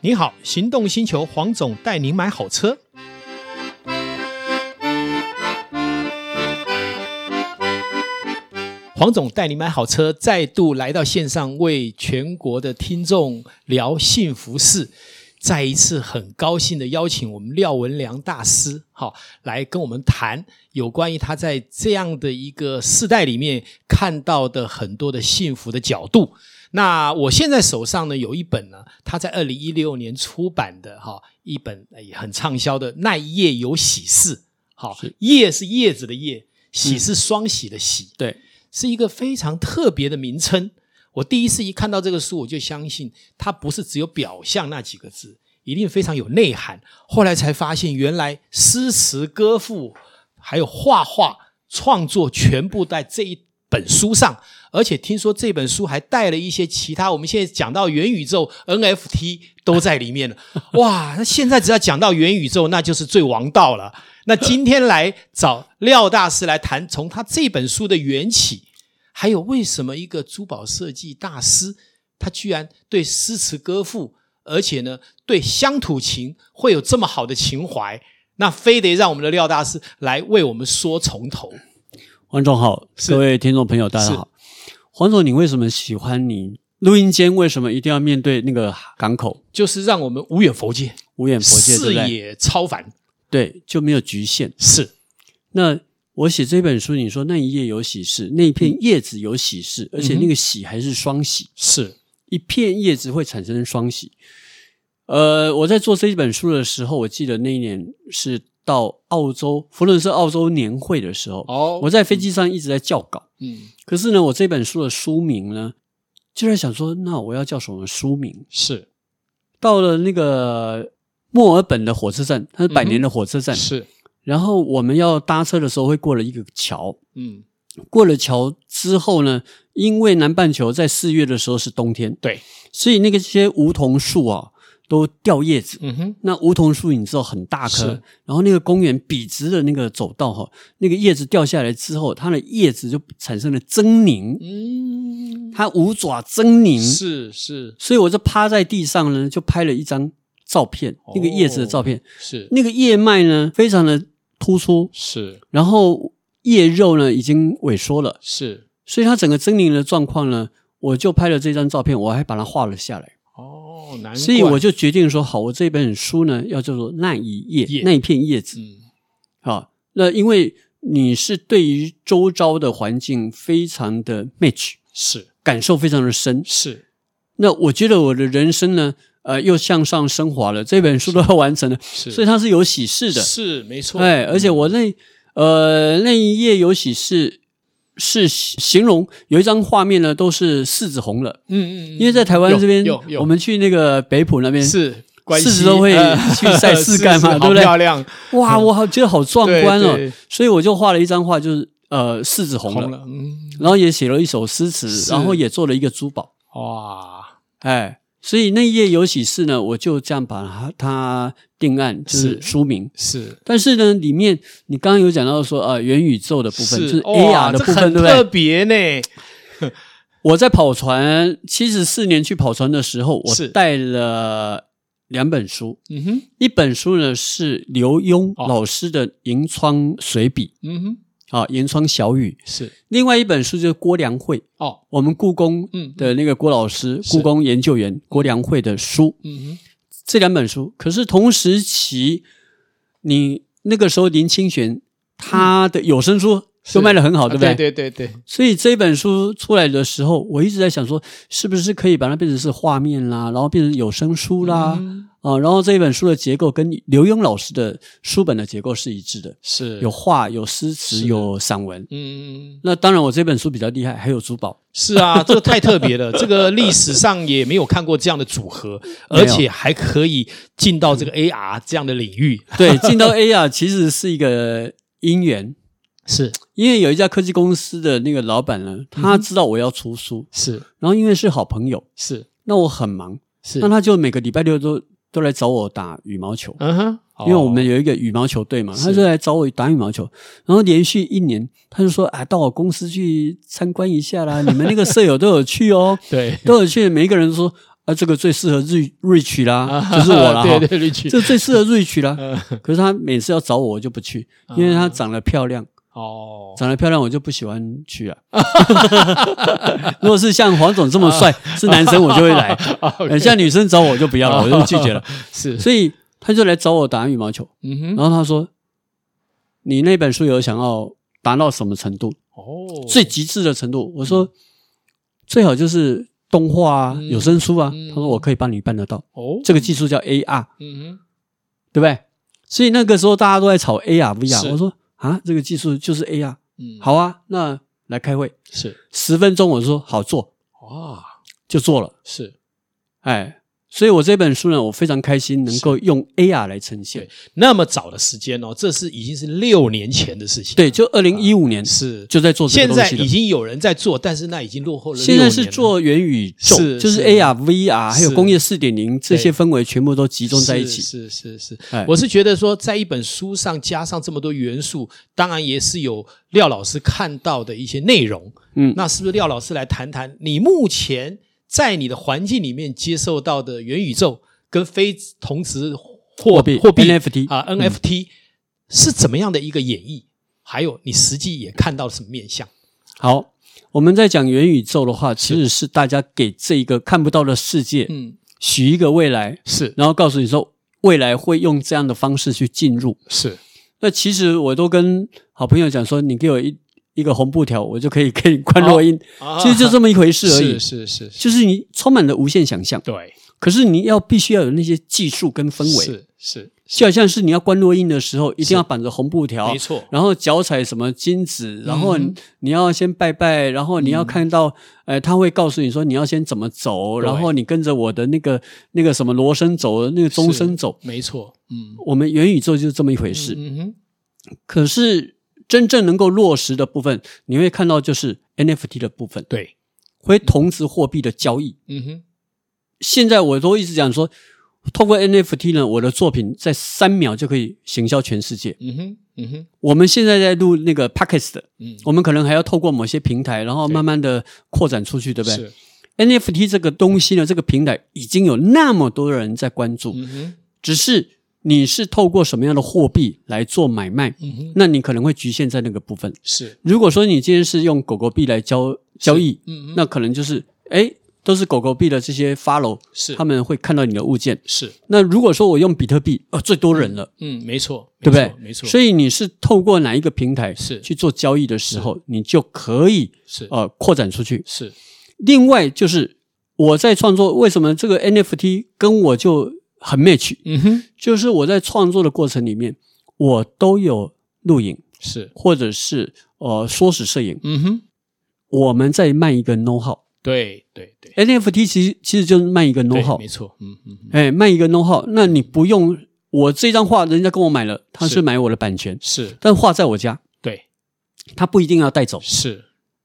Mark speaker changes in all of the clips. Speaker 1: 你好，行动星球黄总带您买好车。黄总带你买好车，再度来到线上为全国的听众聊幸福事。再一次很高兴的邀请我们廖文良大师，好来跟我们谈有关于他在这样的一个世代里面看到的很多的幸福的角度。那我现在手上呢有一本呢，他在二零一六年出版的哈一本呃也很畅销的《那一夜有喜事》，好
Speaker 2: 是
Speaker 1: 叶是叶子的叶，喜是双喜的喜，
Speaker 2: 对，
Speaker 1: 是一个非常特别的名称。我第一次一看到这个书，我就相信它不是只有表象那几个字，一定非常有内涵。后来才发现，原来诗词歌赋还有画画创作全部在这一本书上，而且听说这本书还带了一些其他。我们现在讲到元宇宙、NFT 都在里面了。哇，那现在只要讲到元宇宙，那就是最王道了。那今天来找廖大师来谈，从他这本书的缘起，还有为什么一个珠宝设计大师，他居然对诗词歌赋，而且呢对乡土情会有这么好的情怀，那非得让我们的廖大师来为我们说从头。
Speaker 2: 黄总好，
Speaker 1: 是
Speaker 2: 各位听众朋友大家好。黄总，你为什么喜欢你录音间？为什么一定要面对那个港口？
Speaker 1: 就是让我们无远佛界，
Speaker 2: 无远佛界，对不
Speaker 1: 视
Speaker 2: 对？
Speaker 1: 野超凡。
Speaker 2: 对，就没有局限。
Speaker 1: 是
Speaker 2: 那我写这本书，你说那一页有喜事，那一片叶子有喜事，
Speaker 1: 嗯
Speaker 2: 而且那个喜还是双喜，
Speaker 1: 是，
Speaker 2: 一片叶子会产生双喜。呃，我在做这一本书的时候，我记得那一年是到澳洲佛伦是澳洲年会的时候，
Speaker 1: 哦
Speaker 2: 我在飞机上一直在校稿。
Speaker 1: 嗯，
Speaker 2: 可是呢，我这本书的书名呢，就在想说，那我要叫什么书名？
Speaker 1: 是
Speaker 2: 到了那个墨尔本的火车站，它是百年的火车站，
Speaker 1: 是，
Speaker 2: 然后我们要搭车的时候会过了一个桥，
Speaker 1: 嗯，
Speaker 2: 过了桥之后呢，因为南半球在四月的时候是冬天，
Speaker 1: 对，
Speaker 2: 所以那个些梧桐树啊都掉叶子。
Speaker 1: 嗯哼，
Speaker 2: 那梧桐树你知道很大棵
Speaker 1: 是，
Speaker 2: 然后那个公园笔直的那个走道哈、那个叶子掉下来之后，它的叶子就产生了狰狞，
Speaker 1: 嗯，
Speaker 2: 它五爪狰狞，
Speaker 1: 是是
Speaker 2: 所以我就趴在地上呢，就拍了一张照片，
Speaker 1: 哦
Speaker 2: 那个叶子的照片，
Speaker 1: 是
Speaker 2: 那个叶脉呢非常的突出，
Speaker 1: 是
Speaker 2: 然后叶肉呢已经萎缩了，
Speaker 1: 是，
Speaker 2: 所以它整个狰狞的状况呢，我就拍了这张照片，我还把它画了下来，
Speaker 1: 哦，难怪，
Speaker 2: 所以我就决定说，好，我这本书呢要叫做那一
Speaker 1: 叶
Speaker 2: 叶那一片叶子
Speaker 1: 嗯
Speaker 2: 啊，那因为你是对于周遭的环境非常的 match，
Speaker 1: 是
Speaker 2: 感受非常的深，
Speaker 1: 是
Speaker 2: 那我觉得我的人生呢，呃，又向上升华了。这本书都要完成了，
Speaker 1: 是，
Speaker 2: 所以它是有喜事的。
Speaker 1: 是嗯没错，
Speaker 2: 哎，而且我那呃那一页有喜事，是形容有一张画面呢，都是柿子红了。
Speaker 1: 嗯嗯嗯，
Speaker 2: 因为在台湾这边
Speaker 1: 有有，有
Speaker 2: 我们去那个北浦那边，
Speaker 1: 是关系
Speaker 2: 柿子都会
Speaker 1: 呃
Speaker 2: 去晒
Speaker 1: 是
Speaker 2: 柿干嘛
Speaker 1: 是
Speaker 2: 对不对
Speaker 1: 好漂亮，
Speaker 2: 哇，我好觉得好壮观哦
Speaker 1: 对对，
Speaker 2: 所以我就画了一张画，就是呃柿子红
Speaker 1: 红
Speaker 2: 了，
Speaker 1: 了，嗯，
Speaker 2: 然后也写了一首诗词，
Speaker 1: 是
Speaker 2: 然后也做了一个珠宝。
Speaker 1: 哇，
Speaker 2: 哎，所以那一页有喜事呢，我就这样把它它定案，就是
Speaker 1: 是
Speaker 2: 书名。
Speaker 1: 是
Speaker 2: 但是呢，里面你刚刚有讲到说，呃，元宇宙的部分，就是
Speaker 1: 是
Speaker 2: AR
Speaker 1: 哇
Speaker 2: 的
Speaker 1: 这
Speaker 2: 部分，
Speaker 1: 很
Speaker 2: 对不
Speaker 1: 特
Speaker 2: 对？
Speaker 1: 别呢，
Speaker 2: 我在跑船七十四年去跑船的时候，我
Speaker 1: 是
Speaker 2: 带了两本书，
Speaker 1: 嗯哼
Speaker 2: 一本书呢是刘墉
Speaker 1: 哦
Speaker 2: 老师的《银窗随笔
Speaker 1: 嗯哼》
Speaker 2: 啊，《银窗小语》；
Speaker 1: 是
Speaker 2: 另外一本书就是郭良慧，
Speaker 1: 哦，
Speaker 2: 我们故宫
Speaker 1: 嗯
Speaker 2: 的那个郭老师，
Speaker 1: 是
Speaker 2: 故宫研究员郭良慧的书。
Speaker 1: 嗯哼
Speaker 2: 这两本书。可是同时期，你那个时候林清玄他的有声书
Speaker 1: 嗯是
Speaker 2: 都卖得很哦好，对不
Speaker 1: 对
Speaker 2: 对？
Speaker 1: 啊对对对，
Speaker 2: 所以这本书出来的时候，我一直在想说，是不是可以把它变成是画面啦，然后变成有声书啦，
Speaker 1: 嗯
Speaker 2: 啊，然后这一本书的结构跟刘墉老师的书本的结构是一致的，
Speaker 1: 是
Speaker 2: 有画、有诗词、
Speaker 1: 是
Speaker 2: 有散文。
Speaker 1: 嗯。
Speaker 2: 那当然，我这本书比较厉害，还有珠宝。
Speaker 1: 是啊，这个太特别了，这 个历史上也没有看过这样的组合，
Speaker 2: 没有
Speaker 1: 而且还可以进到这个 AR 这样的领域。
Speaker 2: 对，进到 AR 其实是一个因缘，
Speaker 1: 是
Speaker 2: 因为有一家科技公司的那个老板呢，
Speaker 1: 嗯
Speaker 2: 他知道我要出书，
Speaker 1: 是
Speaker 2: 然后因为是好朋友，
Speaker 1: 是
Speaker 2: 那我很忙，
Speaker 1: 是
Speaker 2: 那他就每个礼拜六都都来找我打羽毛球，
Speaker 1: 嗯哼，哦
Speaker 2: 因为我们有一个羽毛球队嘛，
Speaker 1: 是
Speaker 2: 他就来找我打羽毛球，然后连续一年，他就说啊，到 我公司去参观一下啦，你们那个舍友都有去哦，
Speaker 1: 对
Speaker 2: 都有去，每一个人都说啊，这个最适合 rich rich 啦，嗯 就是 我啦，哈
Speaker 1: 啊对对，Rich，
Speaker 2: 这最适合 rich 啦。
Speaker 1: 呃
Speaker 2: 可是他每次要找我，我就不去，因为
Speaker 1: 啊
Speaker 2: 她长得漂亮，
Speaker 1: 哦，
Speaker 2: 长得漂亮我就不喜欢去啊。 如果是像黄总这么 帅，是男生我就会来，呃像女生找我就不 要了，我就拒绝了。
Speaker 1: 是，
Speaker 2: 所以他就来找我打羽毛球，
Speaker 1: 嗯哼，
Speaker 2: 然后他说：“你那本书有想要达到什么程度？
Speaker 1: 哦，
Speaker 2: 最极致的程度？”我说：“最好就是动画啊，
Speaker 1: 嗯
Speaker 2: 有声书啊。”
Speaker 1: 嗯
Speaker 2: 他说：“我可以帮你办得到。
Speaker 1: 哦，
Speaker 2: 这个技术叫 AR，
Speaker 1: 嗯
Speaker 2: 对不对？”所以那个时候大家都在炒 AR、
Speaker 1: 是
Speaker 2: VR。我说：“啊，这个技术就是 AR。
Speaker 1: 哼，嗯，，
Speaker 2: 好啊，那来开会，
Speaker 1: 是，
Speaker 2: 十分钟。”我说：“好做，
Speaker 1: 哇，
Speaker 2: 就做了。
Speaker 1: 是”
Speaker 2: 哎，所以我这本书呢，我非常开心能够用 AR 来呈现
Speaker 1: 对。那么早的时间哦，这是已经是六年前的事情，
Speaker 2: 对，，就二零一五年
Speaker 1: 是，
Speaker 2: 就在做这
Speaker 1: 啊现
Speaker 2: 个东
Speaker 1: 在
Speaker 2: 西了
Speaker 1: 已。经有人在做，但是那已经落后了六
Speaker 2: 现
Speaker 1: 年了，
Speaker 2: 在是做元宇宙，
Speaker 1: 是
Speaker 2: 就是
Speaker 1: 是
Speaker 2: AR、VR 还有工业四点零这些
Speaker 1: 对
Speaker 2: 氛围全部都集中在一起。
Speaker 1: 是是是是
Speaker 2: 哎，
Speaker 1: 我是觉得说，在一本书上加上这么多元素，当然也是有廖老师看到的一些内容。
Speaker 2: 嗯
Speaker 1: 那是不是廖老师来谈谈你目前在你的环境里面接受到的元宇宙跟非同质货
Speaker 2: 货币
Speaker 1: 货币
Speaker 2: NFT
Speaker 1: 啊、NFT 是怎么样的一个演绎？还有你实际也看到什么面相？
Speaker 2: 好，我们在讲元宇宙的话，其实是大家给这一个看不到的世界、
Speaker 1: 嗯，
Speaker 2: 许一个未来，
Speaker 1: 是
Speaker 2: 然后告诉你说未来会用这样的方式去进入。
Speaker 1: 是
Speaker 2: 那其实我都跟好朋友讲说，你给我一一个红布条，我就可以给你灌录音，
Speaker 1: 啊
Speaker 2: 其实就这么一回事而
Speaker 1: 是
Speaker 2: 已。
Speaker 1: 是是是，
Speaker 2: 就是你充满了无限想象，
Speaker 1: 对，
Speaker 2: 可是你要必须要有那些技术跟氛围，
Speaker 1: 是是
Speaker 2: 就好像是你要关落音的时候，一定要绑着红布条
Speaker 1: 没，错，
Speaker 2: 然后脚踩什么金子，然后
Speaker 1: 嗯
Speaker 2: 你要先拜拜，然后你要看到，呃，他会告诉你说你要先怎么走，
Speaker 1: 对
Speaker 2: 然后你跟着我的那个那个什么罗生走，那个钟声走。
Speaker 1: 没错，嗯，
Speaker 2: 我们元宇宙就是这么一回事。
Speaker 1: 嗯哼。
Speaker 2: 可是真正能够落实的部分，你会看到就是 NFT 的部分，
Speaker 1: 对，
Speaker 2: 会同值货币的交易。
Speaker 1: 嗯哼，
Speaker 2: 现在我都一直讲说，透过 NFT 呢，我的作品在三秒就可以行销全世界。
Speaker 1: 嗯哼，嗯哼，
Speaker 2: 我们现在在录那个 Pockets 的，
Speaker 1: 嗯，
Speaker 2: 我们可能还要透过某些平台，然后
Speaker 1: 对
Speaker 2: 慢慢的扩展出去，对不对
Speaker 1: 是，
Speaker 2: ？NFT 这个东西呢，这个平台已经有那么多人在关注，
Speaker 1: 嗯哼，
Speaker 2: 只是你是透过什么样的货币来做买卖，
Speaker 1: 嗯哼，
Speaker 2: 那你可能会局限在那个部分。
Speaker 1: 是，
Speaker 2: 如果说你今天是用狗狗币来交交易，
Speaker 1: 嗯哼，
Speaker 2: 那可能就是哎，都是狗狗币的这些 follow，
Speaker 1: 是
Speaker 2: 他们会看到你的物件。
Speaker 1: 是，
Speaker 2: 那如果说我用比特币，哦，最多人了。
Speaker 1: 嗯，没错，
Speaker 2: 对不
Speaker 1: 没
Speaker 2: 对
Speaker 1: 错？没错，
Speaker 2: 所以你是透过哪一个平台
Speaker 1: 是
Speaker 2: 去做交易的时候，你就可以
Speaker 1: 是
Speaker 2: 呃扩展出去。
Speaker 1: 是，
Speaker 2: 另外就是我在创作，为什么这个 NFT 跟我就很 match？
Speaker 1: 嗯哼，
Speaker 2: 就是我在创作的过程里面，我都有录影
Speaker 1: 是，
Speaker 2: 或者是呃缩时摄影，
Speaker 1: 嗯哼，
Speaker 2: 我们在卖一个 know how。
Speaker 1: 对对对，
Speaker 2: NFT 其实其实就是卖一个
Speaker 1: 对
Speaker 2: know how，
Speaker 1: 没错，嗯嗯，嗯
Speaker 2: 哎，卖一个 know how，那你不用我这张画，人家跟我买了，他
Speaker 1: 是
Speaker 2: 是买我的版权，
Speaker 1: 是，
Speaker 2: 但画在我家，
Speaker 1: 对，
Speaker 2: 他不一定要带走。
Speaker 1: 是，嗯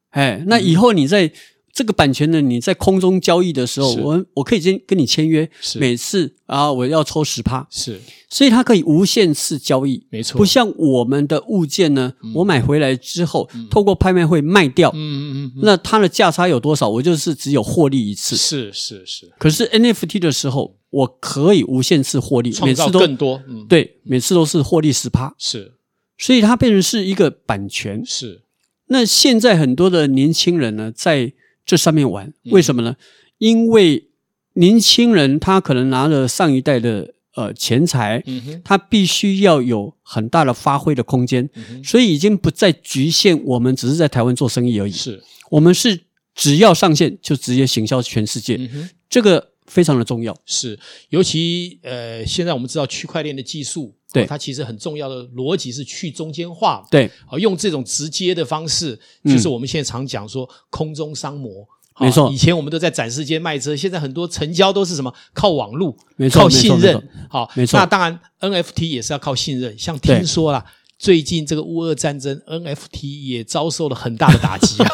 Speaker 2: 哎，那以后你在这个版权呢，你在空中交易的时候，
Speaker 1: 是
Speaker 2: 我我可以先跟你签约，
Speaker 1: 是
Speaker 2: 每次啊我要抽十趴，
Speaker 1: 是，
Speaker 2: 所以它可以无限次交易。
Speaker 1: 没错，
Speaker 2: 不，像我们的物件呢，我买回来之后，透过拍卖会卖掉，
Speaker 1: 嗯嗯嗯嗯，
Speaker 2: 那它的价差有多少？我就是只有获利一次。
Speaker 1: 是是是，
Speaker 2: 可是 NFT 的时候，我可以无限次获利，
Speaker 1: 创
Speaker 2: 每
Speaker 1: 造
Speaker 2: 次都
Speaker 1: 更多，嗯，，
Speaker 2: 对，每次都是获利十趴，
Speaker 1: 是
Speaker 2: 所以它变成是一个版权。
Speaker 1: 是，
Speaker 2: 那现在很多的年轻人呢，在这上面玩，
Speaker 1: 嗯
Speaker 2: 为什么呢？因为年轻人他可能拿了上一代的呃钱财，
Speaker 1: 嗯哼，
Speaker 2: 他必须要有很大的发挥的空间，
Speaker 1: 嗯哼，
Speaker 2: 所以已经不再局限我们只是在台湾做生意而已，
Speaker 1: 是，
Speaker 2: 我们是只要上线就直接行销全世界，
Speaker 1: 嗯哼。
Speaker 2: 这个非常的重要。
Speaker 1: 是，尤其呃，现在我们知道区块链的技术，
Speaker 2: 对
Speaker 1: 哦它其实很重要的逻辑是去中间化嘛，
Speaker 2: 对，
Speaker 1: 好、用这种直接的方式，
Speaker 2: 嗯
Speaker 1: 就是我们现在常讲说空中商模。啊
Speaker 2: 没错
Speaker 1: 以前我们都在展示街卖车，现在很多成交都是什么靠网络，
Speaker 2: 没错
Speaker 1: 靠
Speaker 2: 没错
Speaker 1: 信
Speaker 2: 没
Speaker 1: 任
Speaker 2: 错，
Speaker 1: 好，
Speaker 2: 没错
Speaker 1: 那当然 NFT 也是要靠信任，像
Speaker 2: 对
Speaker 1: 听说啦。最近这个乌俄战争，NFT 也遭受了很大的打击 啊！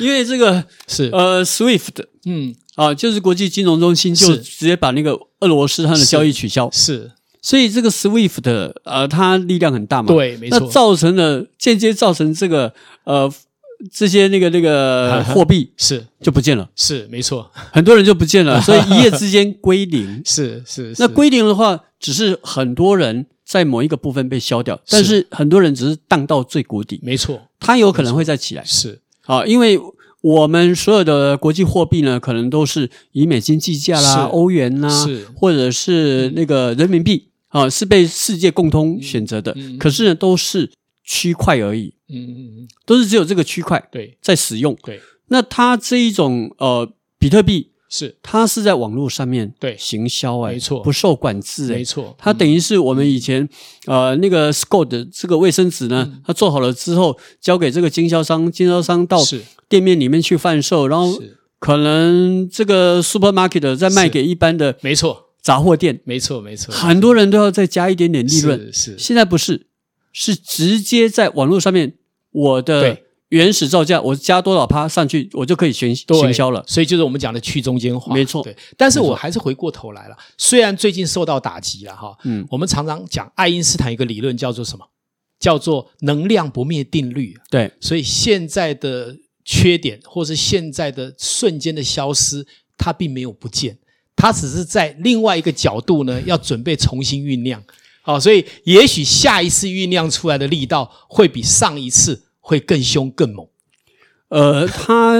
Speaker 2: 因为这个
Speaker 1: 是，
Speaker 2: 呃 SWIFT
Speaker 1: 嗯，
Speaker 2: 啊，就是国际金融中心就是直接把那个俄罗斯它的
Speaker 1: 是
Speaker 2: 交易取消，
Speaker 1: 是，
Speaker 2: 所以这个 SWIFT 呃它力量很大嘛，
Speaker 1: 对，没
Speaker 2: 那
Speaker 1: 错，
Speaker 2: 造成了间接造成这个呃这些那个那个货币
Speaker 1: 是
Speaker 2: 就不见了，
Speaker 1: 是没错，。
Speaker 2: 很多人就不见 了，所以一夜之间归零
Speaker 1: 是是
Speaker 2: 那
Speaker 1: 是
Speaker 2: 归零的话，只是很多人在某一个部分被消掉，但是很多人只是荡到最谷底，
Speaker 1: 没错
Speaker 2: 它有可能会再起来
Speaker 1: 是
Speaker 2: 啊，因为。我们所有的国际货币呢，可能都是以美金计价
Speaker 1: 是
Speaker 2: 啦、欧元啦，
Speaker 1: 是
Speaker 2: 或者是那个人民币啊，是被世界共通选择的。
Speaker 1: 嗯嗯
Speaker 2: 可是呢，都是区块而已，
Speaker 1: 嗯嗯嗯
Speaker 2: 都是只有这个区块
Speaker 1: 对
Speaker 2: 在使用。
Speaker 1: 对
Speaker 2: 那它这一种呃，比特币，
Speaker 1: 是
Speaker 2: 它是在网络上面
Speaker 1: 对
Speaker 2: 行销、哎，
Speaker 1: 没错
Speaker 2: 不受管制、
Speaker 1: 没
Speaker 2: 哎。
Speaker 1: 错，嗯
Speaker 2: 它等于是我们以前，呃，那个 Scott 的这个卫生纸
Speaker 1: 嗯
Speaker 2: 呢，它做好了之后，交给这个经销商，经销商到
Speaker 1: 是
Speaker 2: 店面里面去贩售，然后
Speaker 1: 是
Speaker 2: 可能这个 supermarket 再卖
Speaker 1: 是
Speaker 2: 给一般的
Speaker 1: 没错
Speaker 2: 杂货店，
Speaker 1: 没错没错，
Speaker 2: 很多人都要再加一点点利润。
Speaker 1: 是是
Speaker 2: 现在不是，是直接在网络上面，我的
Speaker 1: 对
Speaker 2: 原始造价，我加多少趴上去，我就可以行
Speaker 1: 对
Speaker 2: 行销了。
Speaker 1: 所以就是我们讲的去中间化，
Speaker 2: 没错
Speaker 1: 对，但是我还是回过头来了，虽然最近受到打击了哈，
Speaker 2: 嗯，
Speaker 1: 我们常常讲爱因斯坦一个理论叫做什么？叫做能量不灭定律。
Speaker 2: 对，
Speaker 1: 所以现在的缺点，或是现在的瞬间的消失，它并没有不见，它只是在另外一个角度呢，要准备重新酝酿。好、所以也许下一次酝酿出来的力道会比上一次会更凶更猛。
Speaker 2: 呃，他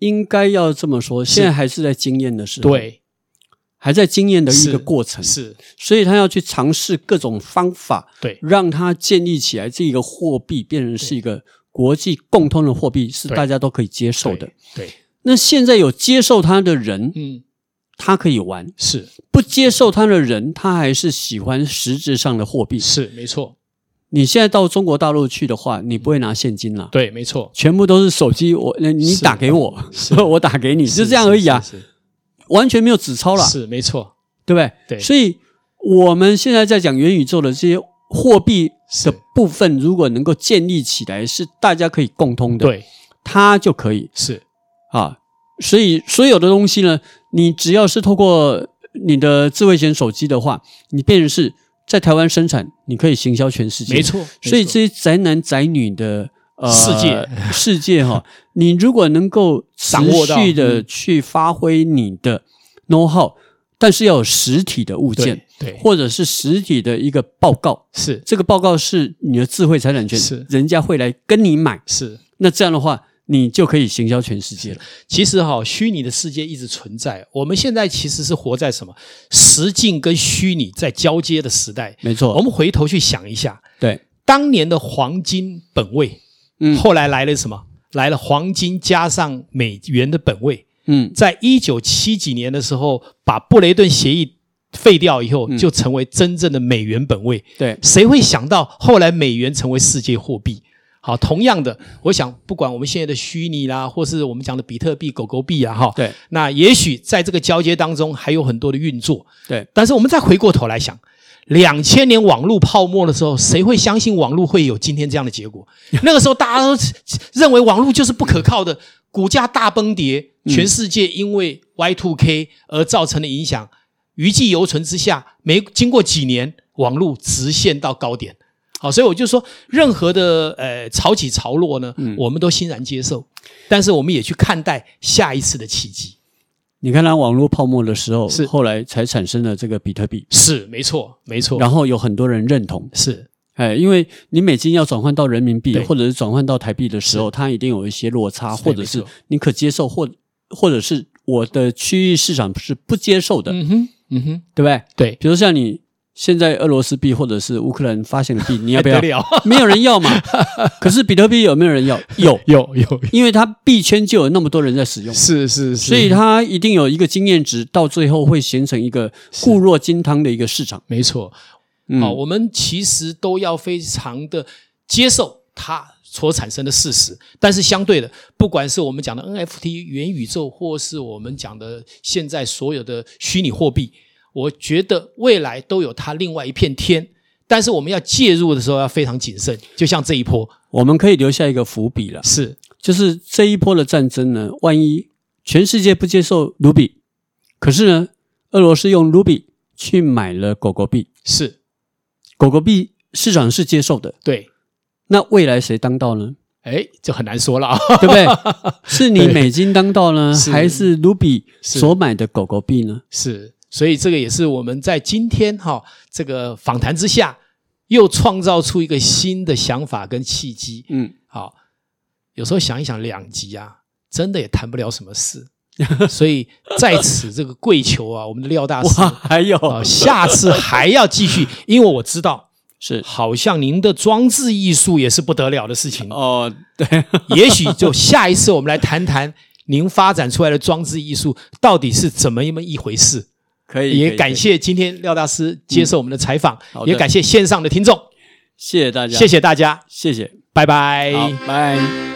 Speaker 2: 应该要这么说，现在还是在经验的时候，，
Speaker 1: 对，
Speaker 2: 还在经验的一
Speaker 1: 是
Speaker 2: 个过程，
Speaker 1: 嗯是，
Speaker 2: 所以他要去尝试各种方法，
Speaker 1: 对，
Speaker 2: 让它建立起来这个货币变成是一个国际共通的货币，是
Speaker 1: 对
Speaker 2: 大家都可以接受
Speaker 1: 对
Speaker 2: 的。，
Speaker 1: 对，
Speaker 2: 那现在有接受它的人，
Speaker 1: 嗯，
Speaker 2: 他可以玩；
Speaker 1: 是
Speaker 2: 不接受它的人，他还是喜欢实质上的货币。
Speaker 1: 是，没错，
Speaker 2: 你现在到中国大陆去的话，你不会拿现金啦，
Speaker 1: 对，没错，
Speaker 2: 全部都是手机，我那你
Speaker 1: 是
Speaker 2: 打给我， 我打给你，就这样而已啊，
Speaker 1: 是是
Speaker 2: 完全没有纸钞啦，
Speaker 1: 是没错，
Speaker 2: 对不对？
Speaker 1: 对
Speaker 2: 所以我们现在在讲元宇宙的这些货币
Speaker 1: 是
Speaker 2: 的部分，如果能够建立起来，是大家可以共通的，，
Speaker 1: 对，
Speaker 2: 它就可以
Speaker 1: 是
Speaker 2: 啊。所以所有的东西呢，你只要是透过你的智慧型手机的话，你变成是在台湾生产，你可以行销全世界，
Speaker 1: 没。错，
Speaker 2: 所以
Speaker 1: 没错
Speaker 2: 这些宅男宅女的呃
Speaker 1: 世界
Speaker 2: 世 界哈、你如果能够持
Speaker 1: 掌握到
Speaker 2: 续的去发挥你的 know how，但是要有实体的物件
Speaker 1: 对。对
Speaker 2: 或者是实体的一个报告，
Speaker 1: 是
Speaker 2: 这个报告是你的智慧财产权，
Speaker 1: 是
Speaker 2: 人家会来跟你买。
Speaker 1: 是。
Speaker 2: 那这样的话，你就可以行销全世界了。
Speaker 1: 其实哈、虚拟的世界一直存在。我们现在其实是活在什么实境跟虚拟在交接的时代。
Speaker 2: 没
Speaker 1: 我
Speaker 2: 错，
Speaker 1: 们回头去想一下，
Speaker 2: 对，
Speaker 1: 当年的黄金本位，
Speaker 2: 嗯
Speaker 1: 后来来了什么？来了黄金加上美元的本位。
Speaker 2: 嗯，
Speaker 1: 在一九七几年的时候，把布雷顿协议废掉以后，就成为真正的美元本位。
Speaker 2: 对，
Speaker 1: 谁会想到后来美元成为世界货币？好，同样的，我想不管我们现在的虚拟啦，或是我们讲的比特币、狗狗币啊，哈，
Speaker 2: 对，
Speaker 1: 那也许在这个交接当中还有很多的运作，
Speaker 2: 对，
Speaker 1: 但是我们再回过头来想，两千年网络泡沫的时候，谁会相信网络会有今天这样的结果？那个时候大家都认为网络就是不可靠的，股价大崩跌，全世界因为 Y two K 而造成的影响，余悸犹存之下，没经过几年，网络直线到高点。好，所以我就说，任何的呃潮起潮落呢，我们都欣然接受，但是我们也去看待下一次的契机。
Speaker 2: 你看它网络泡沫的时候
Speaker 1: 是，
Speaker 2: 后来才产生了这个比特币，
Speaker 1: 是，没错，没错，
Speaker 2: 然后有很多人认同。
Speaker 1: 是
Speaker 2: 哎，因为你美金要转换到人民币，
Speaker 1: 对
Speaker 2: 或者是转换到台币的时候，它一定有一些落差，
Speaker 1: 对
Speaker 2: 或者
Speaker 1: 没
Speaker 2: 是
Speaker 1: 错
Speaker 2: 你可接受，或或者是我的区域市场是不接受的，
Speaker 1: 嗯哼，嗯哼，
Speaker 2: 对不对？
Speaker 1: 对，
Speaker 2: 比如像你现在俄罗斯币或者是乌克兰发行的币，你要不
Speaker 1: 哎得
Speaker 2: 要？
Speaker 1: 了，
Speaker 2: 没有人要嘛。可是比特币有没有人要？ 有，
Speaker 1: 有有，
Speaker 2: 因为它币圈就有那么多人在使用，
Speaker 1: 是是是，
Speaker 2: 所以它一定有一个经验值，到最后会形成一个固若金汤的一个市场。
Speaker 1: 没错，
Speaker 2: 嗯
Speaker 1: 好，我们其实都要非常的接受它所产生的事实，但是相对的，不管是我们讲的 NFT 元宇宙，或是我们讲的现在所有的虚拟货币，我觉得未来都有它另外一片天。但是我们要介入的时候要非常谨慎，就像这一波
Speaker 2: 我们可以留下一个伏笔了，
Speaker 1: 是
Speaker 2: 就是这一波的战争呢，万一全世界不接受卢比，可是呢，俄罗斯用卢比去买了狗狗币，
Speaker 1: 是，
Speaker 2: 狗狗币市场是接受的，
Speaker 1: 对，
Speaker 2: 那未来谁当道呢？
Speaker 1: 哎，就很难说了啊。
Speaker 2: 对不对？是你美金当道呢，
Speaker 1: 是
Speaker 2: 还是卢比
Speaker 1: 是
Speaker 2: 所买的狗狗币呢？
Speaker 1: 是，所以这个也是我们在今天哈、这个访谈之下，又创造出一个新的想法跟契机。
Speaker 2: 嗯，
Speaker 1: 好、有时候想一想，两集啊，真的也谈不了什么事。 所以在此这个跪求啊，我们的廖大师
Speaker 2: 哇，还有
Speaker 1: 啊，下次还要继续，因为我知道，
Speaker 2: 是
Speaker 1: 好像您的装置艺术也是不得了的事情。
Speaker 2: 哦，对，
Speaker 1: 也许就下一次我们来谈谈您发展出来的装置艺术到底是怎么一回事。
Speaker 2: 可以，可
Speaker 1: 也
Speaker 2: 以
Speaker 1: 感，
Speaker 2: 可以嗯
Speaker 1: 谢今天廖大师接受我们的采访，
Speaker 2: 好的
Speaker 1: 也感谢线上的听众，
Speaker 2: 谢谢大家，哎
Speaker 1: 谢，谢大家，
Speaker 2: 谢谢，
Speaker 1: 拜拜
Speaker 2: 好，拜。